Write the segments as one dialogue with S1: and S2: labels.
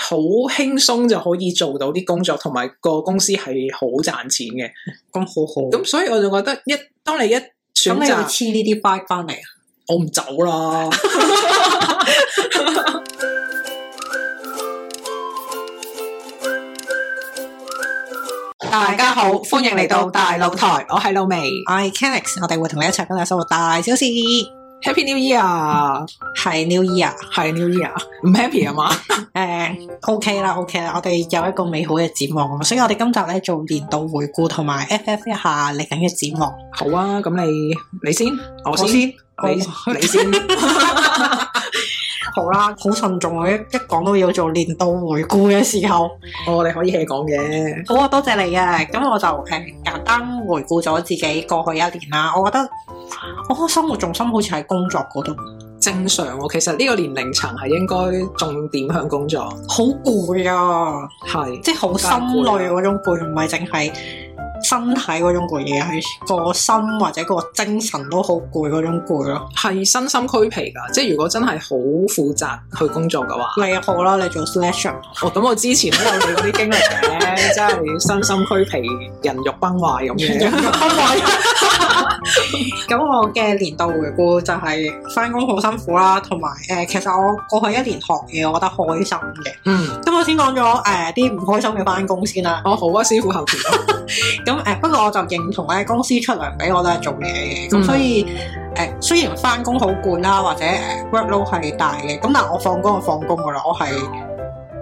S1: 好輕鬆就可以做到啲工作，同埋個公司係好賺錢嘅。
S2: 咁好好。
S1: 咁所以我就覺得一當你一選
S2: 咁你會
S1: 擇，
S2: 黐呢啲 bike 翻嚟啊？
S1: 我唔走啦。
S2: 大家好，歡迎嚟到大露台，
S1: 我係老味
S2: 我係 Kenix，我哋會同你一齊今日收到大小事，
S1: ，Happy New Year 啊，
S2: 係 New Year，
S1: 係 New Year，唔 happy 啊嘛？
S2: 誒 OK 啦 OK 啦，我哋有一個美好嘅展望，所以我哋今集咧做年度回顧同埋 FF 一下嚟緊嘅展望。
S1: 好啊，咁你你先，我
S2: 我
S1: 先
S2: 先，
S1: 你
S2: 我
S1: 你先，
S2: 好啦，好慎重啊！一一講到要做年度回顧嘅時候，
S1: 我哦哋可以 hea 講嘅。
S2: 好啊，多謝你啊！咁我就誒簡單回顧咗自己過去一年啦。我覺得我生活重心好似喺工作嗰度，
S1: 正常喎，其實呢個年齡層係應該重點向工作，
S2: 好攰啊！
S1: 係
S2: 即係好心累嗰種攰，唔係淨係身體嗰種攰，而係個心或者個精神都好攰嗰種攰咯。
S1: 係身心俱疲噶。即係如果真係好負責去工作嘅 話，
S2: 你好啦，你做 slasher，
S1: 哦，咁我之前都有你嗰啲經歷嘅，真係身心俱疲、人肉崩壞咁樣。
S2: 咁我嘅年度回顧就係翻工好辛苦啦，同埋誒，其實我過去一年學嘢，我覺得開心嘅。
S1: 嗯，
S2: 咁我先講咗誒啲唔開心嘅翻工先啦。
S1: 哦好啊，師傅後期。
S2: 咁誒、呃不過我就認同咧，公司出糧俾我都係做嘢嘅，咁、
S1: 嗯
S2: 所以誒、呃、雖然翻工好攰啦，或者誒、呃 workload 係大嘅，咁但係我放工就放工噶啦，我係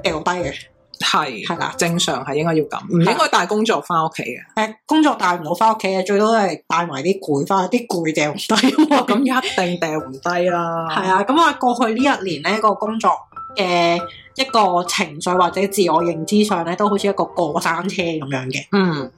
S2: 掉低嘅，誒、
S1: 係
S2: 係啦
S1: 正常係應該要咁，唔應該帶工作翻屋企嘅。
S2: 工作帶唔到翻屋企嘅，最多都係帶埋啲攰翻，啲攰掉唔低喎。
S1: 咁一定掉唔低啦。
S2: 哦係，啊，咁啊，過去呢一年咧，個工作嘅一個情緒或者自我認知上咧，都好似一個過山車咁樣嘅。
S1: 嗯，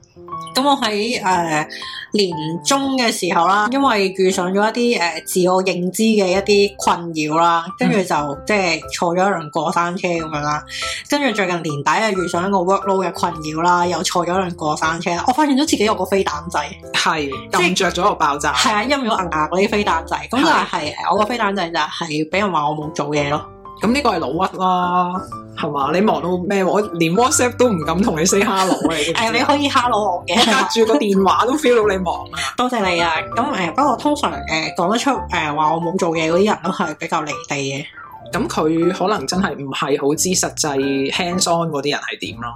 S2: 咁我喺誒、呃年中嘅時候啦，因為遇上咗一啲誒、呃自我認知嘅一啲困擾啦，
S1: 嗯
S2: 跟住就即係坐咗一輪過山車咁樣啦。跟住最近年底啊，遇上一個 workload 嘅困擾啦，又坐咗一輪過山車啦。我發現咗自己有個飛彈仔，
S1: 係
S2: 即係
S1: 撳着咗個爆炸。
S2: 係啊，陰咗硬牙嗰啲飛彈仔。咁就係呃誒我個飛彈仔就係俾人話我冇做嘢咯。
S1: 咁呢個係老屈啦，係嘛？你忙到咩？我連 WhatsApp 都唔敢同你 say hello 啊你知唔知
S2: 誒、呃你可以 hello 我嘅。
S1: 隔住個電話都 feel 到你忙啊！
S2: 多謝你啊！咁誒、呃不過通常誒講、得出誒話、我冇做嘢嗰啲人都係比較離地嘅。
S1: 咁佢可能真係唔係好知實際 hands on 嗰啲人係點咯。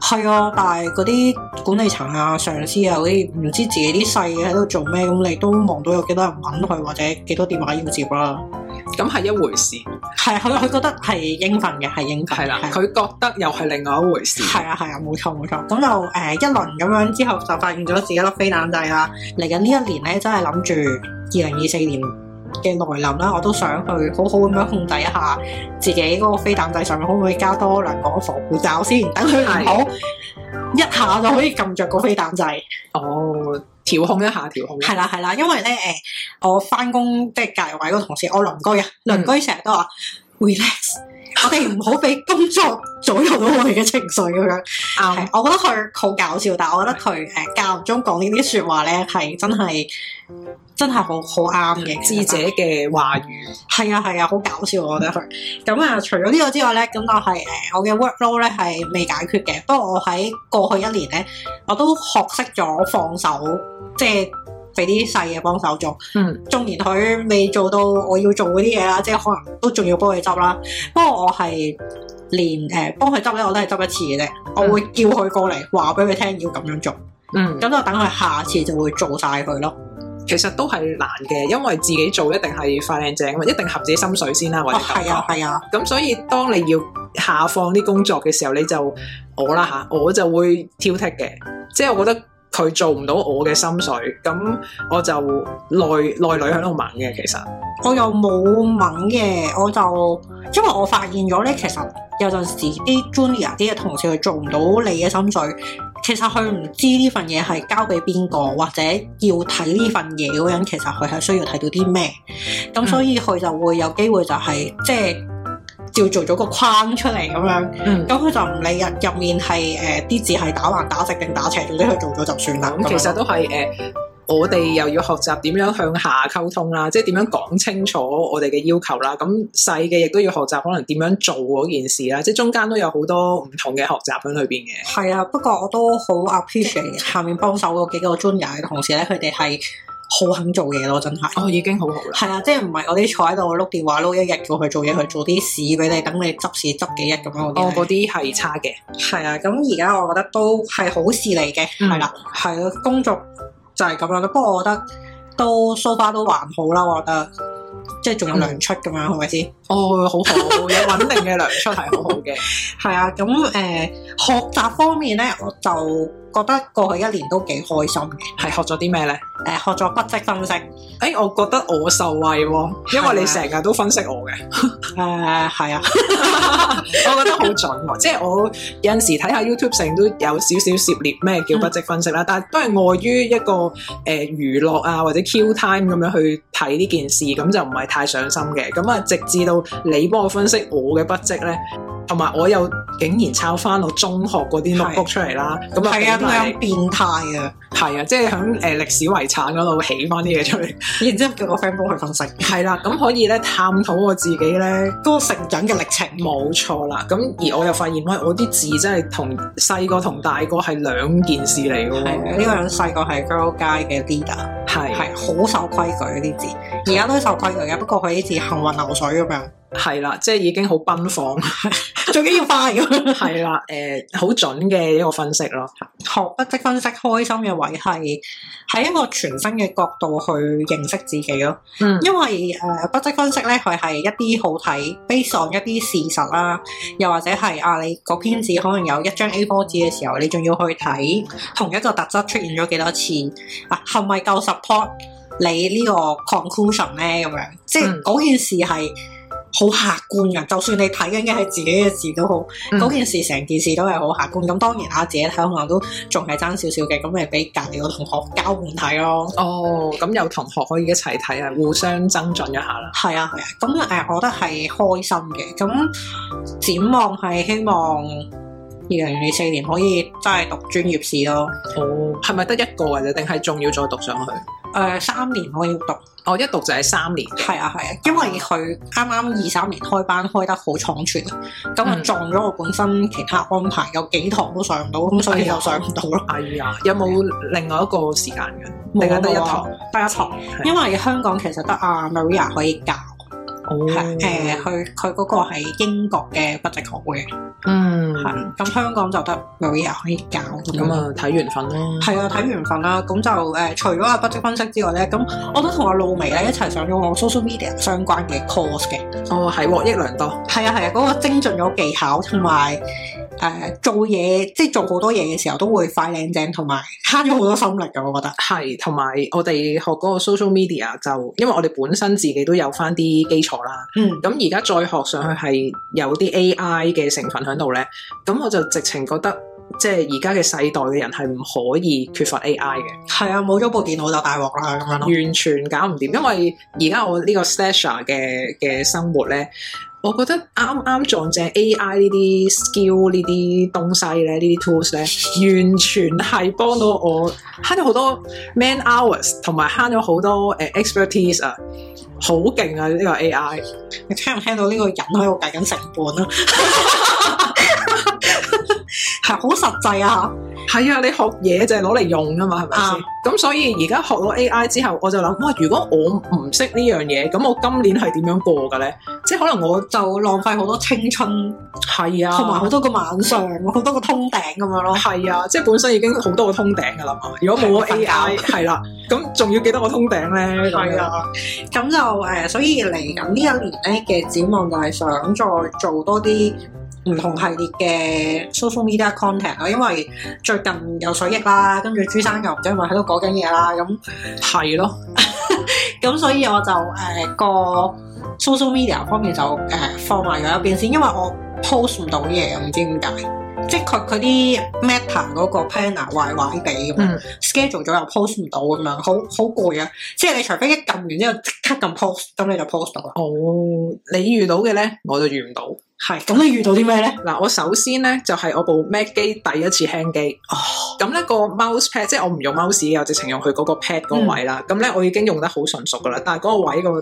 S2: 係啊，但係嗰啲管理層啊、上司啊嗰啲，唔知自己啲細嘅喺度做咩，咁你都望到有幾多人揾佢，或者幾多電話要接啦。
S1: 咁係一回事，
S2: 係啊佢佢覺得係應份嘅，係應份嘅
S1: 係啦，
S2: 係啊
S1: 佢覺得又係另外一回事。
S2: 係啊係啊，冇錯冇錯。咁就誒、呃一輪咁樣之後，就發現咗自己粒飛彈掣啦。嚟緊呢一年咧，真係諗住二零二四年嘅來臨啦，我都想去好好咁樣控制一下自己嗰個飛彈掣上面，可唔可以加多兩個防護罩先，等佢唔好一下就可以撳着個飛彈掣。
S1: 哦，調控一下，調控一下。
S2: 係啦係啦，因為咧誒、我翻工即係隔離位個同事，我鄰居啊，鄰居成日都話 relax，我哋唔好俾工作左右到我哋嘅情緒咁樣。係
S1: 啱，
S2: 我覺得佢好搞笑，但係我覺得佢誒間唔中講呢啲説話咧，係真係真係好好啱嘅。
S1: 智者嘅話語。
S2: 係啊係啊，好搞笑我覺得佢。咁啊，除咗呢個之外咧，咁就係、誒、我嘅 workload 咧係未解決嘅。不過我喺過去一年咧，我都學識咗放手，即係俾啲細嘅幫手做。
S1: 嗯，
S2: 縱然佢未做到我要做嗰啲嘢啦，即係可能都仲要幫佢執啦。不過我係連誒、幫佢執咧，我都係執一次嘅啫。我會叫佢過嚟話俾佢聽要咁樣做，
S1: 嗯
S2: 咁，就等佢下次就會做晒佢咯。
S1: 其實都係難嘅，因為自己做一定係快靚正啊嘛，一定合自己心水先啦，或
S2: 哦，
S1: 者感
S2: 係
S1: 覺
S2: 啊係啊，
S1: 咁所以當你要下放啲工作嘅時候，你就我啦吓，我就會挑剔嘅，即係我覺得佢做唔到我嘅心水，咁我就內內裏喺度猛嘅，其實
S2: 我又冇猛嘅，我就因為我發現咗咧，其實有陣時啲 junior 啲嘅同事佢做唔到你嘅心水，其實佢唔知呢份嘢係交俾邊個，或者要睇呢份嘢嗰個人，其實佢係需要睇到啲咩，咁所以佢就會有機會就係、即係。照做咗個框出嚟咁樣，
S1: 嗯。
S2: 咁佢就唔理入入面係誒啲字係打橫打直定打斜，總之佢做咗就算啦。
S1: 咁
S2: 樣
S1: 其實都係誒、呃我哋又要學習點樣向下溝通啦，即係點樣講清楚我哋嘅要求啦。咁細嘅亦都要學習可能點樣做嗰件事啦，即係中間都有好多唔同嘅學習喺裏邊嘅。
S2: 係啊，不過我都好 appreciate 下面幫手嗰幾個 junior 嘅同事咧，佢哋係好肯做嘢咯，真係。
S1: 哦，已經好好啦。
S2: 係啊，即係唔係我啲坐喺度碌電話碌一日叫佢做嘢，佢做啲屎俾你，等你執屎執幾日咁樣嗰
S1: 哦，
S2: 啲
S1: 嗰啲
S2: 係。
S1: 係差嘅。
S2: 係啊，咁而家我覺得都係好事嚟嘅，
S1: 嗯
S2: 係啦，係咯，工作就係咁樣咯。不過我覺得都 so far 都還好啦，我覺得即係仲有糧出咁樣，係咪先？
S1: 哦，好好，有穩定嘅糧出係好好嘅。
S2: 係啊，咁誒、呃、學習方面咧，我就覺得過去一年都幾開心嘅。
S1: 係學咗啲咩咧？
S2: 誒、呃學咗筆跡分析，誒
S1: 誒、我覺得我受惠喎，因為你
S2: 係
S1: 成日都分析我嘅。
S2: 係啊，
S1: 我覺得好準 喎，即係我有陣時睇下 YouTube 成都有少少涉獵咩叫筆跡分析啦，但係都係礙於一個誒、呃、娛樂啊或者 Q time 咁樣去睇呢件事，咁就唔係太上心嘅。咁啊，直至到你幫我分析我嘅筆跡咧，同埋我又竟然抄翻我中學嗰啲 notebook 出嚟啦，咁啊
S2: 係啊，
S1: 俾
S2: 都
S1: 埋
S2: 有
S1: 你，
S2: 變態啊！
S1: 係啊，即係喺誒歷史遺產嗰度起翻啲嘢出嚟，
S2: 然之後叫個 friend 幫佢分析
S1: 係啦，咁可以咧探討我自己咧。
S2: 嗰個成長嘅歷程。
S1: 冇錯啦，咁而我又發現，喂，我啲字真係同細個同大個係兩件事嚟嘅
S2: 係啊，
S1: 喎，
S2: 呢個人細個係 girl 街嘅 leader，
S1: 係
S2: 係好守規矩嗰啲字，而家都守規矩嘅，不過佢啲字行雲流水咁樣，
S1: 係啦，即係已經好奔放，
S2: 最緊要快咁樣。
S1: 係啦，誒、好準嘅一個分析咯，
S2: 學筆跡分析開心嘅位係喺一個全新嘅角度去認識自己咯。
S1: 嗯
S2: 因為誒、呃、筆跡分析咧，佢係一啲好睇 base on 一啲事實啦，又或者係啊你嗰篇紙可能有一張 A4 紙嘅時候，你仲要去睇同一個特質出現咗幾多次啊，係咪夠 support 你呢個 conclusion 咧？咁樣即係
S1: 嗯
S2: 嗰件事係。好客觀嘅，就算你睇緊嘅係自己嘅事都好，
S1: 嗯
S2: 嗰、件事成件事都係好客觀。咁當然啊，自己睇可能都仲係爭少少嘅，咁咪俾隔離個同學交換睇咯。
S1: 哦，咁有同學可以一齊睇啊，互相增進一下啦，
S2: 係啊，係啊，咁誒、我覺得係開心嘅。咁展望係希望二零二四年可以真係讀專業試咯。
S1: 哦，係咪得一個嘅啫，定係仲要再讀上去？
S2: 誒、呃三年我要讀，
S1: 哦，一讀就係三年嘅，
S2: 係啊係啊，因為佢啱啱二三年開班開得好倉促，咁啊
S1: 嗯
S2: 撞咗我本身其他安排，有幾堂都上唔到，
S1: 啊
S2: 咁所以就上唔到咯。
S1: 哎呀，有冇另外一個時間嘅？定係得一
S2: 啊冇啊
S1: 堂？
S2: 得一堂，
S1: 係
S2: 因為香港其實得阿 Maria 可以教，
S1: 哦，
S2: 係誒佢佢嗰個係英國嘅筆跡學會嘅，
S1: 嗯，
S2: 係咁香港就得 Maria 可以教咁樣
S1: 咁。啊，睇緣分咯，
S2: 係啊，睇緣分啦。咁就誒、呃除咗阿筆跡分析之外咧，咁我都同阿露眉咧一齊上咗我 social media 相關嘅 course 嘅。
S1: 哦，係獲益良多。
S2: 係啊係啊，嗰、個精進咗技巧同埋誒做嘢，即係做好多嘢嘅時候都會快靚正，同埋慳咗好多心力嘅。我覺得
S1: 係，同埋我哋學嗰個 social media 就，因為我哋本身自己都有翻啲基礎啦。
S2: 嗯。
S1: 咁而家再學上去係有啲 AI 嘅成分喺度咧，咁我就直情覺得，即係而家嘅世代嘅人係唔可以缺乏 AI 嘅，
S2: 係啊，冇咗部電腦就大鑊啦咁樣咯。
S1: 完全搞唔掂。
S2: 嗯
S1: 因為而家我呢個 slasher 嘅嘅生活咧，我覺得啱啱撞正 AI 呢啲 skill 呢啲東西咧，呢啲 tools 咧，完全係幫到我慳咗好多 man hours，同埋慳咗好多誒 expertise 啊，好勁啊！呢、個 AI
S2: 你聽唔聽到呢個人喺度計緊成本啊？ 係好實際啊！
S1: 係啊，你學嘢就係攞嚟用噶嘛，係咪先？咁、所以而家學咗 AI 之後，我就諗哇，如果我唔識呢樣嘢，咁我今年係點樣過嘅咧？即係可能我
S2: 就浪費好多青春，
S1: 係啊，
S2: 同埋好多個晚上，好多個通頂咁樣咯。
S1: 係啊，即係本身已經好多個通頂噶啦嘛。如果冇咗
S2: 係瞓
S1: AI，
S2: 覺
S1: 係啦，咁仲要幾多個通頂咧？咁樣
S2: 係，啊，咁就誒、呃所以嚟緊呢一年咧嘅展望就係想再做多啲唔同系列嘅 social media content 啊咯，因為最近有水逆啦，跟住朱生又唔知係咪喺度講緊嘢啦，咁
S1: 係咯，
S2: 咁所以我就誒、呃、個 social media 方面就誒、呃放埋咗一邊先，因為我 post 唔到嘢，唔知點解。即係佢佢啲 Meta 嗰個 planner 壞壞地咁樣、
S1: 嗯
S2: schedule 咗又 post 唔到咁樣，好好攰啊！即係你除非一撳完之後即刻撳 post，咁你就 post 到啦。
S1: 哦，你遇到嘅咧，我就遇唔到。係
S2: 咁你遇到啲咩咧？
S1: 嗱，我首先咧就係、我部 Mac 機第一次 hang 機，
S2: 哦，
S1: 咁咧個 mouse pad 即係我唔用 mouse 嘅，我直情用佢嗰個 pad 嗰個位啦。
S2: 嗯
S1: 咁咧、我已經用得好純熟噶啦，但係嗰個位個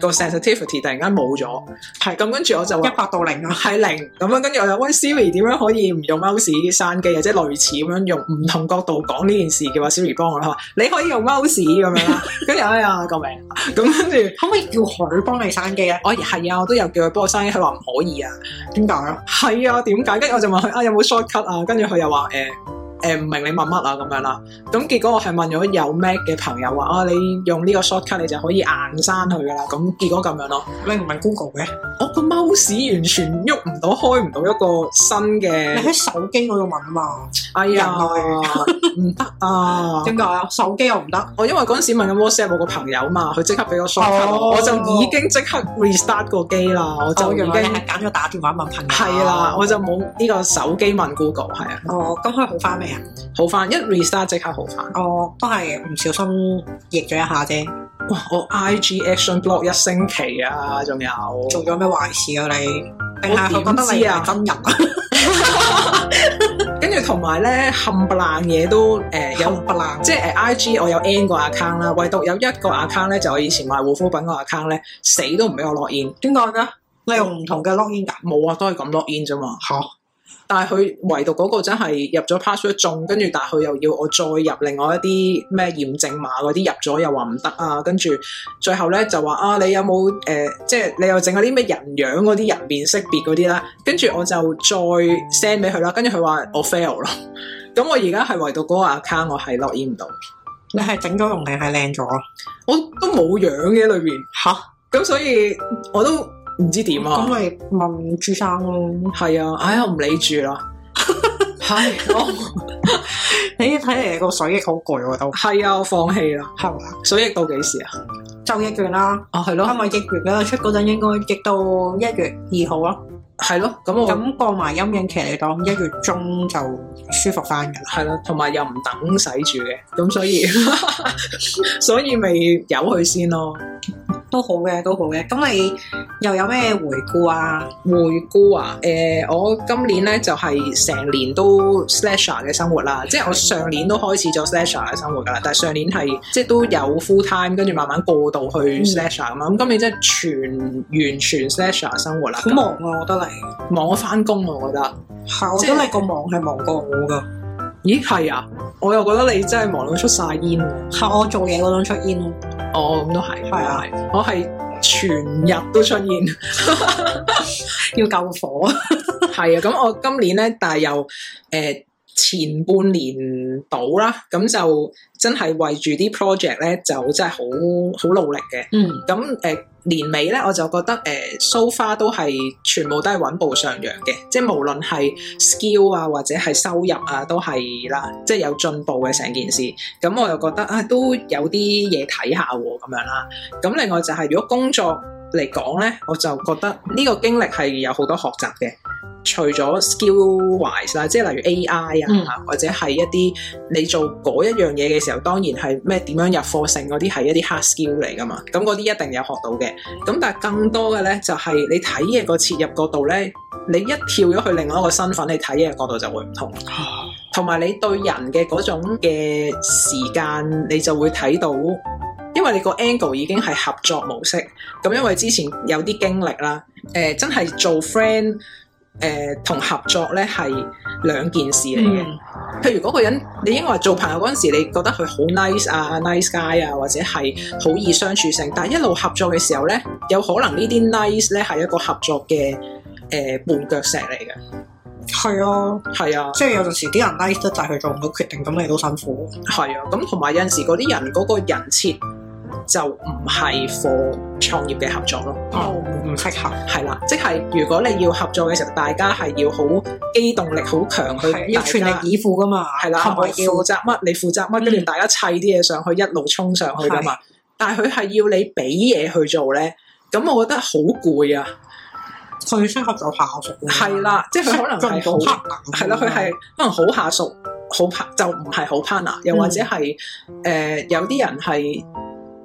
S1: 個 sensitivity 突然間冇咗，
S2: 係
S1: 咁跟住我就
S2: 一
S1: 話。
S2: 百到零啊，
S1: 係零咁樣，跟住我就喂 Siri 點樣可以唔用 mouse 閂機啊？即係類似咁樣用唔同角度講呢件事嘅話，Siri 幫我啦，佢話你可以用 mouse 咁樣啦。 跟住哎呀救命！咁跟住
S2: 可唔可以叫佢幫你閂機啊？
S1: 我係啊，我都有叫佢幫我閂機，佢話唔可以啊。
S2: 點解啊？
S1: 係啊，點解？跟住我就問佢啊，有冇 shortcut 啊？跟住佢又話誒誒唔明你問乜啊咁樣啦。咁結果我係問咗有 Mac 嘅朋友話啊，你用呢個 shortcut 你就可以硬閂佢噶啦。咁結果咁樣咯，
S2: 你唔係 Google 嘅，
S1: 我個 mouse 完全喐唔到，開唔到一個新
S2: 你
S1: 嘅。
S2: 喺手機嗰度問啊嘛？
S1: 哎呀，
S2: 人
S1: 唔得啊！
S2: 點解啊？手機又唔得，
S1: 我因為嗰陣時問緊 WhatsApp 我個朋友嘛，佢即刻俾個 shortcut，我、
S2: 哦
S1: 我就已經即刻 restart 個機啦，我就
S2: 就
S1: 已
S2: 原來你
S1: 經
S2: 係揀咗打電話問朋友。啊
S1: 係啦，我就冇呢個手機問 Google 係啊，
S2: 哦，咁佢好翻未啊？
S1: 好翻一 restart 即刻好翻。
S2: 哦，都係唔小心逆咗一下啫，
S1: 哇！我 IG action block 一星期啊，仲有
S2: 做咗咩壞事啊你？定係佢覺得
S1: 我點
S2: 你
S1: 知啊
S2: 係真人啊？
S1: 跟住同埋咧冚唪唥嘢都誒、呃 有。
S2: 冚唪唥
S1: 即係誒 IG，我有 N 個 account 啦，唯獨有一個 account 咧，就我以前賣護膚品個 account 咧，死都唔俾我 log in，
S2: 點解嘅？你用唔同嘅 login 㗎？
S1: 冇啊，都係咁 log in 啫嘛。
S2: 嚇！
S1: 但係佢唯獨嗰個真係入咗 password 中，跟住但係佢又要我再入另外一啲咩驗證碼嗰啲入咗又話唔得啊，跟住最後咧就話啊你有冇誒、呃即係你又整嗰啲咩人樣嗰啲人面識別嗰啲啦，跟住我就再 send 俾佢啦，跟住佢話我 fail 咯，咁我而家係唯獨嗰個 account 我係 login 唔到，
S2: 你係整咗容定係靚咗？啊
S1: 我都冇樣嘅裏邊，
S2: 嚇！
S1: 咁所以我都唔知點啊
S2: 咁。咪問朱生咯。
S1: 係啊，唉，我唔理住 啦。係，我
S2: 你睇嚟個水液好攰喎，都
S1: 係啊，我放棄啦。
S2: 係嘛？
S1: 水逆到幾時啊？
S2: 就益完啦，
S1: 啊，係
S2: 啱
S1: 咯，
S2: 咪益完啦，出嗰陣應該益到一月二號啦。
S1: 係咯，咁我
S2: 咁過埋陰影期嚟講，一月中就舒服翻㗎啦。
S1: 係啦，同埋又唔等使住嘅，咁所以 所以咪由佢先咯。
S2: 都好嘅，都好嘅。咁你又有咩回顧啊？
S1: 回顧啊，誒、我今年咧就係、成年都 slasher 嘅生活啦，即係我上年都開始咗 slasher 嘅生活噶啦，但係上年係即係都有 full time，跟住慢慢過渡去
S2: 嗯
S1: slasher 咁嘛，咁今年真係全完全 slasher 生活啦，
S2: 好忙啊，我覺得你
S1: 忙我翻工，啊我覺得，
S2: 係，我覺
S1: 即
S2: 得
S1: 係
S2: 你個忙係忙過我㗎。
S1: 咦係啊，我又覺得你真係忙到出晒煙喎。
S2: 係我做嘢嗰陣出煙咯。
S1: 哦，咁都係，
S2: 係啊
S1: 係，我係全日都出現，
S2: 要救火，
S1: 係啊，咁我今年咧，但係又誒、呃前半年到啦，咁就真係為住啲 project 咧，就真係好好努力嘅。
S2: 嗯，
S1: 咁誒、呃年尾咧，我就覺得誒 so far 都係全部都係穩步上揚嘅，即係無論係 skill 啊或者係收入啊都係啦，即係有進步嘅成件事。咁我又覺得啊都有啲嘢睇下喎咁樣啦。咁另外就係、如果工作嚟講咧，我就覺得呢個經歷係有好多學習嘅。除咗 skill wise 啦，即係例如 AI 啊，或者係一啲你做嗰一樣嘢嘅時候，當然係咩點樣入貨性嗰啲係一啲 hard skill 嚟噶嘛，咁嗰啲一定有學到嘅。咁但係更多嘅咧，就係、你睇嘢個切入角度咧，你一跳咗去另外一個身份，你睇嘢嘅角度就會唔同，同埋你對人嘅嗰種嘅時間，你就會睇到。因為你個 angle 已經係合作模式，咁因為之前有啲經歷啦，誒、真係做 friend 誒、同合作咧係兩件事嚟嘅。
S2: 嗯，
S1: 譬如嗰個人，你應該話做朋友嗰陣時，你覺得佢好 nice 啊、nice guy 啊，或者係好易相處性，但係一路合作嘅時候咧，有可能呢啲 nice 咧係一個合作嘅誒絆腳石嚟嘅，
S2: 係啊，
S1: 係啊。
S2: 即係有陣時啲人 nice 得滯，佢做唔到決定，咁你都辛苦。
S1: 係啊，咁同埋有陣時嗰啲人嗰個人設就唔係 for 創業嘅合作咯，
S2: 哦，唔適合，
S1: 係啦，即係如果你要合作嘅時候，大家係要好機動力好強去大家，
S2: 係要全力以赴噶嘛，
S1: 係啦，
S2: 同
S1: 我
S2: 埋要
S1: 負責乜你負責乜，跟住
S2: 嗯
S1: 大家砌啲嘢上去，一路衝上去噶嘛。但係佢係要你俾嘢去做咧，咁我覺得好攰啊，
S2: 佢適合做下屬。
S1: 係，啦，即係佢可能
S2: 做唔
S1: 係好
S2: 到。黑板。
S1: 係啦，佢係可能好下屬，好 part 就唔係好 partner，又或者係誒、呃有啲人係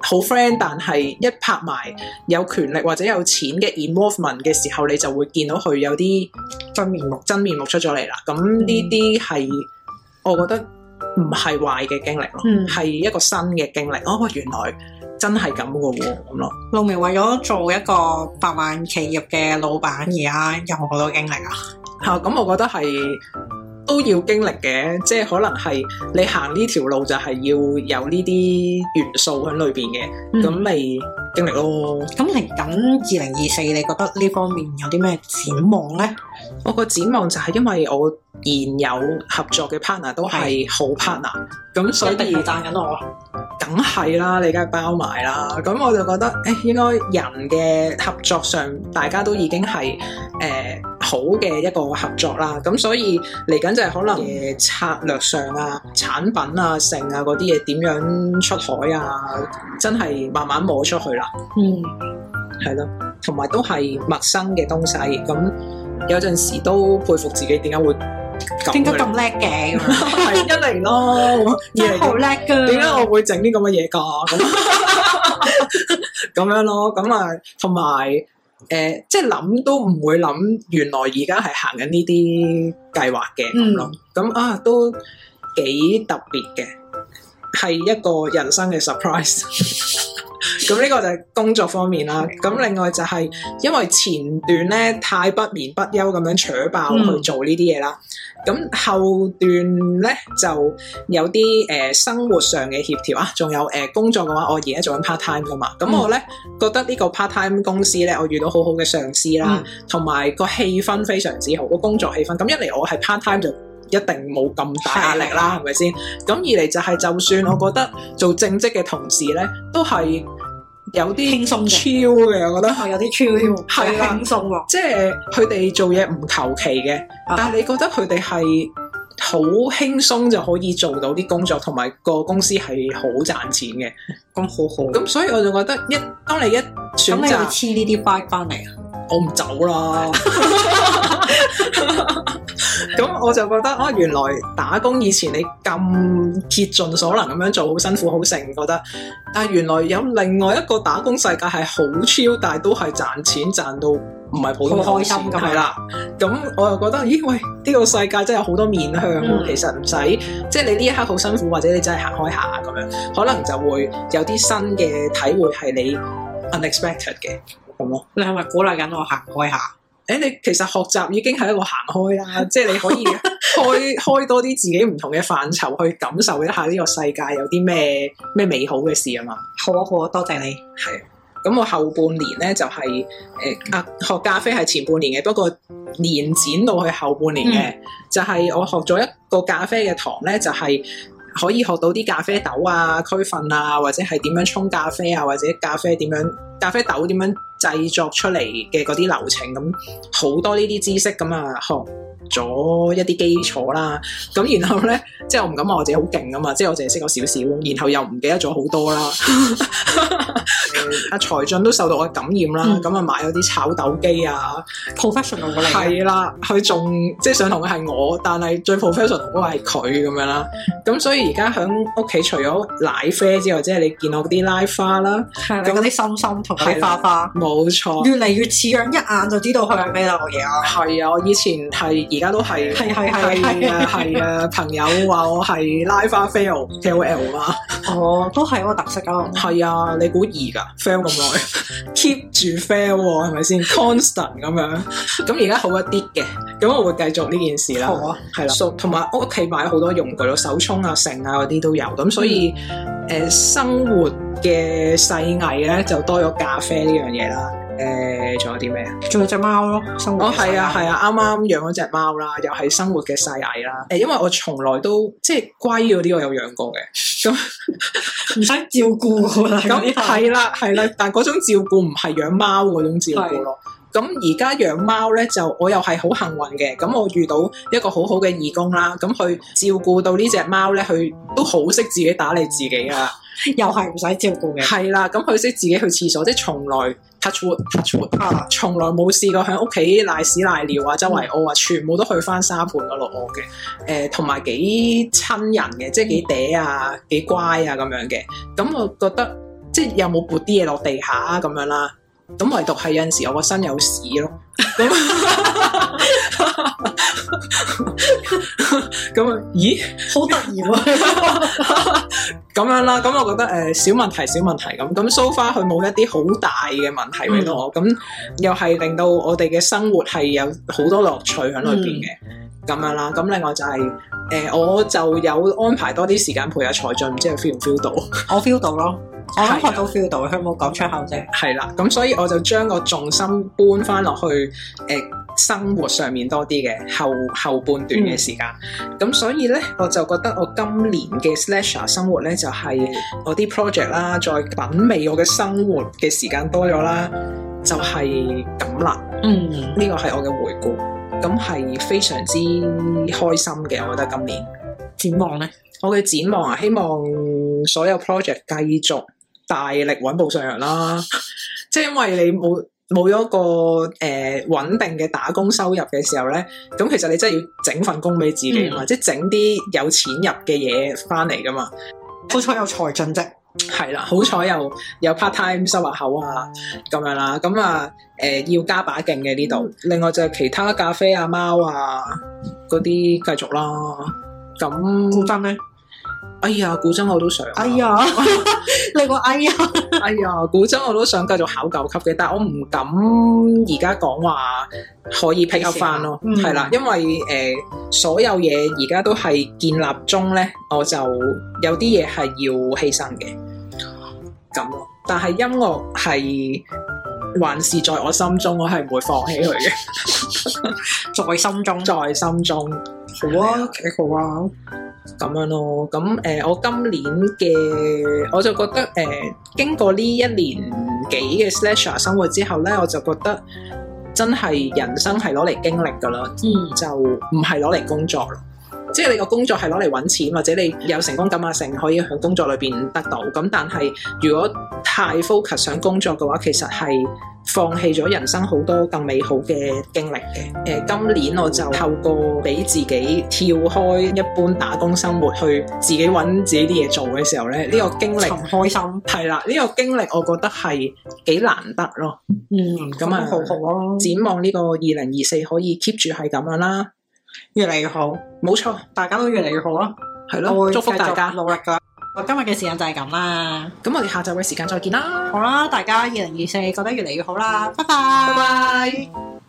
S1: 好 friend，但係一拍埋有權力或者有錢嘅 involvement 嘅時候，你就會見到佢有啲
S2: 真面目。
S1: 真面目出咗嚟啦。咁呢啲係我覺得唔係壞嘅經歷咯，
S2: 嗯
S1: 係、一個新嘅經歷。哦，原來真係咁嘅喎，咁咯。
S2: 露明為咗做一個百萬企業嘅老闆，而家有好多經歷啊！
S1: 嚇，咁、我覺得係都要經歷嘅，即係可能係你行呢條路就係要有呢啲元素喺裏邊嘅，咁
S2: 咁
S1: 咪經歷咯。
S2: 咁嚟緊二零二四，你覺得呢方面有啲咩展望咧？
S1: 我個展望就係因為我現有合作嘅 partner 都係好 partner，咁所
S2: 一定
S1: 以
S2: 係讚緊我，
S1: 梗係啦，你梗係包埋啦。咁我就覺得，誒、應該人嘅合作上，大家都已經係誒、呃好嘅一個合作啦。咁所以嚟緊就係可能嘅策略上啊、產品啊、性啊嗰啲嘢點樣出海啊，真係慢慢摸出去啦。
S2: 嗯，
S1: 係咯，同埋都係陌生嘅東西，咁有陣時都佩服自己點解會咁
S2: 點解
S1: 嘅
S2: 咁
S1: 咧，
S2: 叻嘅？咁樣
S1: 係一嚟 咯，二
S2: 真係好
S1: 嚟
S2: 叻噶！
S1: 點解我會整啲咁嘅嘢㗎？咁咁樣咯，咁啊，同埋誒，即係諗都唔會諗，原來而家係行緊呢啲計劃嘅
S2: 嗯
S1: 咁咯，咁啊都幾特別嘅，係一個人生嘅 surprise。咁呢個就係工作方面啦。咁另外就係因為前段咧太不眠不休咁樣扯爆
S2: 嗯
S1: 去做呢啲嘢啦，咁、後段咧就有啲誒、呃生活上嘅協調啊，仲有誒、呃工作嘅話，我而家做緊 part time 噶嘛，咁我咧、覺得呢個 part time 公司咧，我遇到好好嘅上司啦，同埋、個氣氛非常之好，個工作氣氛。咁一嚟我係 part time 就。一定冇咁大壓力啦，係咪先？咁二嚟就係、就算我覺得做正職嘅同事咧，都係有啲
S2: 輕鬆嘅，
S1: 超嘅，我覺得
S2: 我有啲超添喎，
S1: 係啦
S2: 輕鬆喎。
S1: 即係佢哋做嘢唔求其嘅，
S2: 啊
S1: 但係你覺得佢哋係好輕鬆就可以做到啲工作，同埋個公司係好賺錢嘅。
S2: 咁好好。
S1: 咁所以我就覺得一當你一
S2: 咁
S1: 選
S2: 你會
S1: 擇，
S2: 黐呢啲 five 翻嚟啊？
S1: 我唔走 啦。咁我就覺得啊，原來打工以前你咁竭盡所能咁樣做，好辛苦好成，覺得，但係原來有另外一個打工世界係好超，但係都係賺錢賺到唔係普通
S2: 好
S1: 開
S2: 開心
S1: 心
S2: 咁樣
S1: 係啦。咁我又覺得，咦喂，呢、個世界真係有好多面向喎、
S2: 嗯
S1: 其實唔使，即係你呢一刻好辛苦，或者你真係行開下咁樣，可能就會有啲新嘅體會係你 unexpected 嘅咁咯。
S2: 你係咪鼓勵緊我行開下？
S1: 誒，你其實學習已經係一個行開啦，即係你可以開開多啲自己唔同嘅範疇去感受一下呢個世界有啲咩咩美好嘅事啊嘛。
S2: 好啊好啊，多謝你。
S1: 係。咁我後半年咧就係誒啊學咖啡係前半年嘅，不過延展到去後半年嘅，就係我學咗一個咖啡嘅堂咧，就係、可以學到啲咖啡豆啊、區分啊，或者係點樣沖咖啡啊，或者咖啡點樣咖啡豆點樣製作出嚟嘅嗰啲流程，咁好多呢啲知識咁啊學咗一啲基礎啦。咁然後咧，即係我唔敢話我自己好勁啊嘛，即係我淨係識咗少少，然後又唔記得咗好多啦。阿財進都受到我嘅感染啦，
S2: 嗯
S1: 咁啊、買咗啲炒豆機啊，
S2: professional 嚟嘅，
S1: 係啦，佢仲即係想同嘅係我，但係最 professional 嗰個係佢咁樣啦。咁所以而家喺屋企除咗奶啡之外，即係你見我啲拉花啦，
S2: 係你嗰啲啊哦心心同埋啲花花，
S1: 冇錯，
S2: 越嚟越似樣，一眼就知道佢係咩流嘢啊！
S1: 係啊，我以前係而家都係。
S2: 係係係
S1: 係啊，
S2: 係，
S1: 係啊，朋友話我係拉花 fail KOL 嘛，
S2: 哦，都係一個特色啊！
S1: 係啊，你估易噶 fail 咁 耐，keep 住 fail 喎，係咪先 constant 咁樣？咁而家好一啲嘅，咁我會繼續呢件事啦。
S2: 好啊，
S1: 係啦，數同埋屋企買好多用具咯，手沖啊、剩啊嗰啲都有，咁所以誒、呃生活嘅細藝咧就多咗咖啡呢樣嘢啦。誒、仲有啲咩啊？
S2: 仲有隻貓咯，生活
S1: 哦，係啊，係啊，啱啱養咗只貓啦，又係生活嘅細藝啦。誒，因為我從來都即係龜嗰啲，我有養過嘅。
S2: 唔使照顧啦，
S1: 咁係啦，係啦，但嗰種照顧唔係養貓嗰種照顧咯。咁而家養貓咧，就我又係好幸運嘅。咁我遇到一個好好嘅義工啦，咁佢照顧到呢只貓咧，佢都好識自己打理自己啊。
S2: 又係唔使照顧嘅，
S1: 係啦，咁佢識自己去廁所，即係從來 touch wood touch wood。
S2: 啊，
S1: 從來冇試過喺屋企賴屎賴尿啊，周圍屙啊，全部都去翻沙盤嗰度屙嘅。誒、同埋幾親人嘅，即係幾嗲啊，幾乖啊咁樣嘅。咁我覺得即係有冇撥啲嘢落地下啊咁樣啦。咁唯獨係有陣時我個身有屎咯，咁 咁 啊，咦？
S2: 好突然啊！
S1: 咁樣啦，咁我覺得誒、呃小問題小問題咁，咁 so far 佢冇一啲好大嘅問題俾到我，咁、又係令到我哋嘅生活係有好多樂趣喺裏邊嘅，咁、樣啦。咁另外就係、誒、我就有安排多啲時間陪阿財俊，唔知佢 feel 唔 feel 到？
S2: 我 feel 到咯，我
S1: 係
S2: 諗
S1: 啊
S2: 學到 feel 到，佢冇講出口啫。
S1: 係啦，咁所以我就將個重心搬翻落去誒、生活上面多啲嘅後後半段嘅時間。咁、所以咧，我就覺得我今年嘅 slasher 生活咧，就係、我啲 project 啦，再品味我嘅生活嘅時間多咗啦，就係咁啦。
S2: 嗯，
S1: 呢個係我嘅回顧，咁係非常之開心嘅。我覺得今年
S2: 展望咧，
S1: 我嘅展望啊，希望所有 project 繼續大力穩步上揚啦。 即係因為你冇冇咗個誒、呃、穩定嘅打工收入嘅時候咧，咁其實你真係要整份工俾自己
S2: 嗯
S1: 啊嘛，即係整啲有錢入嘅嘢翻嚟噶嘛。
S2: 好彩有財進啫。
S1: 係啦，好彩又有 part time 收下口啊，咁樣啦，咁啊，诶、要加把勁嘅呢
S2: 嗯
S1: 度。另外就係其他咖啡啊、貓啊嗰啲繼續啦。
S2: 古
S1: 咁，
S2: 真咧，
S1: 哎呀，古箏我都想，
S2: 哎，呀， 你個哎呀，
S1: 哎呀，古箏我都想繼續考九級嘅，但我唔敢而家講話可以 pick up 翻咯，
S2: 嗯
S1: 係啦、因為诶、誒所有嘢而家都係建立中咧，我就有啲嘢係要犧牲嘅，咁咯。但係音樂係還是在我心中，我係唔會放棄佢嘅，
S2: 在心中。
S1: 在心中。
S2: 好啊，幾好啊。
S1: 咁樣咯。咁誒、呃我今年嘅我就覺得誒、呃，經過呢一年幾嘅 slasher 生活之後咧，我就覺得真係人生係攞嚟經歷噶啦，
S2: 嗯
S1: 就唔係攞嚟工作咯。即係你個工作係攞嚟揾錢，或者你有成功感啊，成可以喺工作裏邊得到。咁但係如果太 focus 上工作嘅話，其實係放棄咗人生好多更美好嘅經歷嘅。誒、今年我就透過俾自己跳開一般打工生活，去自己揾自己啲嘢做嘅時候咧，呢、個經歷
S2: 尋開心，
S1: 係啦，呢、個經歷我覺得係幾難得咯。
S2: 嗯，
S1: 咁啊
S2: 好好啊，
S1: 展望呢個二零二四可以 keep 住係咁樣啦，
S2: 越嚟越好，
S1: 冇錯，
S2: 大家都越嚟越好啦，
S1: 係
S2: 我
S1: 咯，
S2: 會
S1: 祝福大
S2: 繼續
S1: 家。
S2: 努力噶。我今日嘅時間就係咁啦，
S1: 咁我哋下晝嘅時間再見啦，
S2: 好啦，大家二零二四覺得越嚟越好啦，拜拜。
S1: 拜。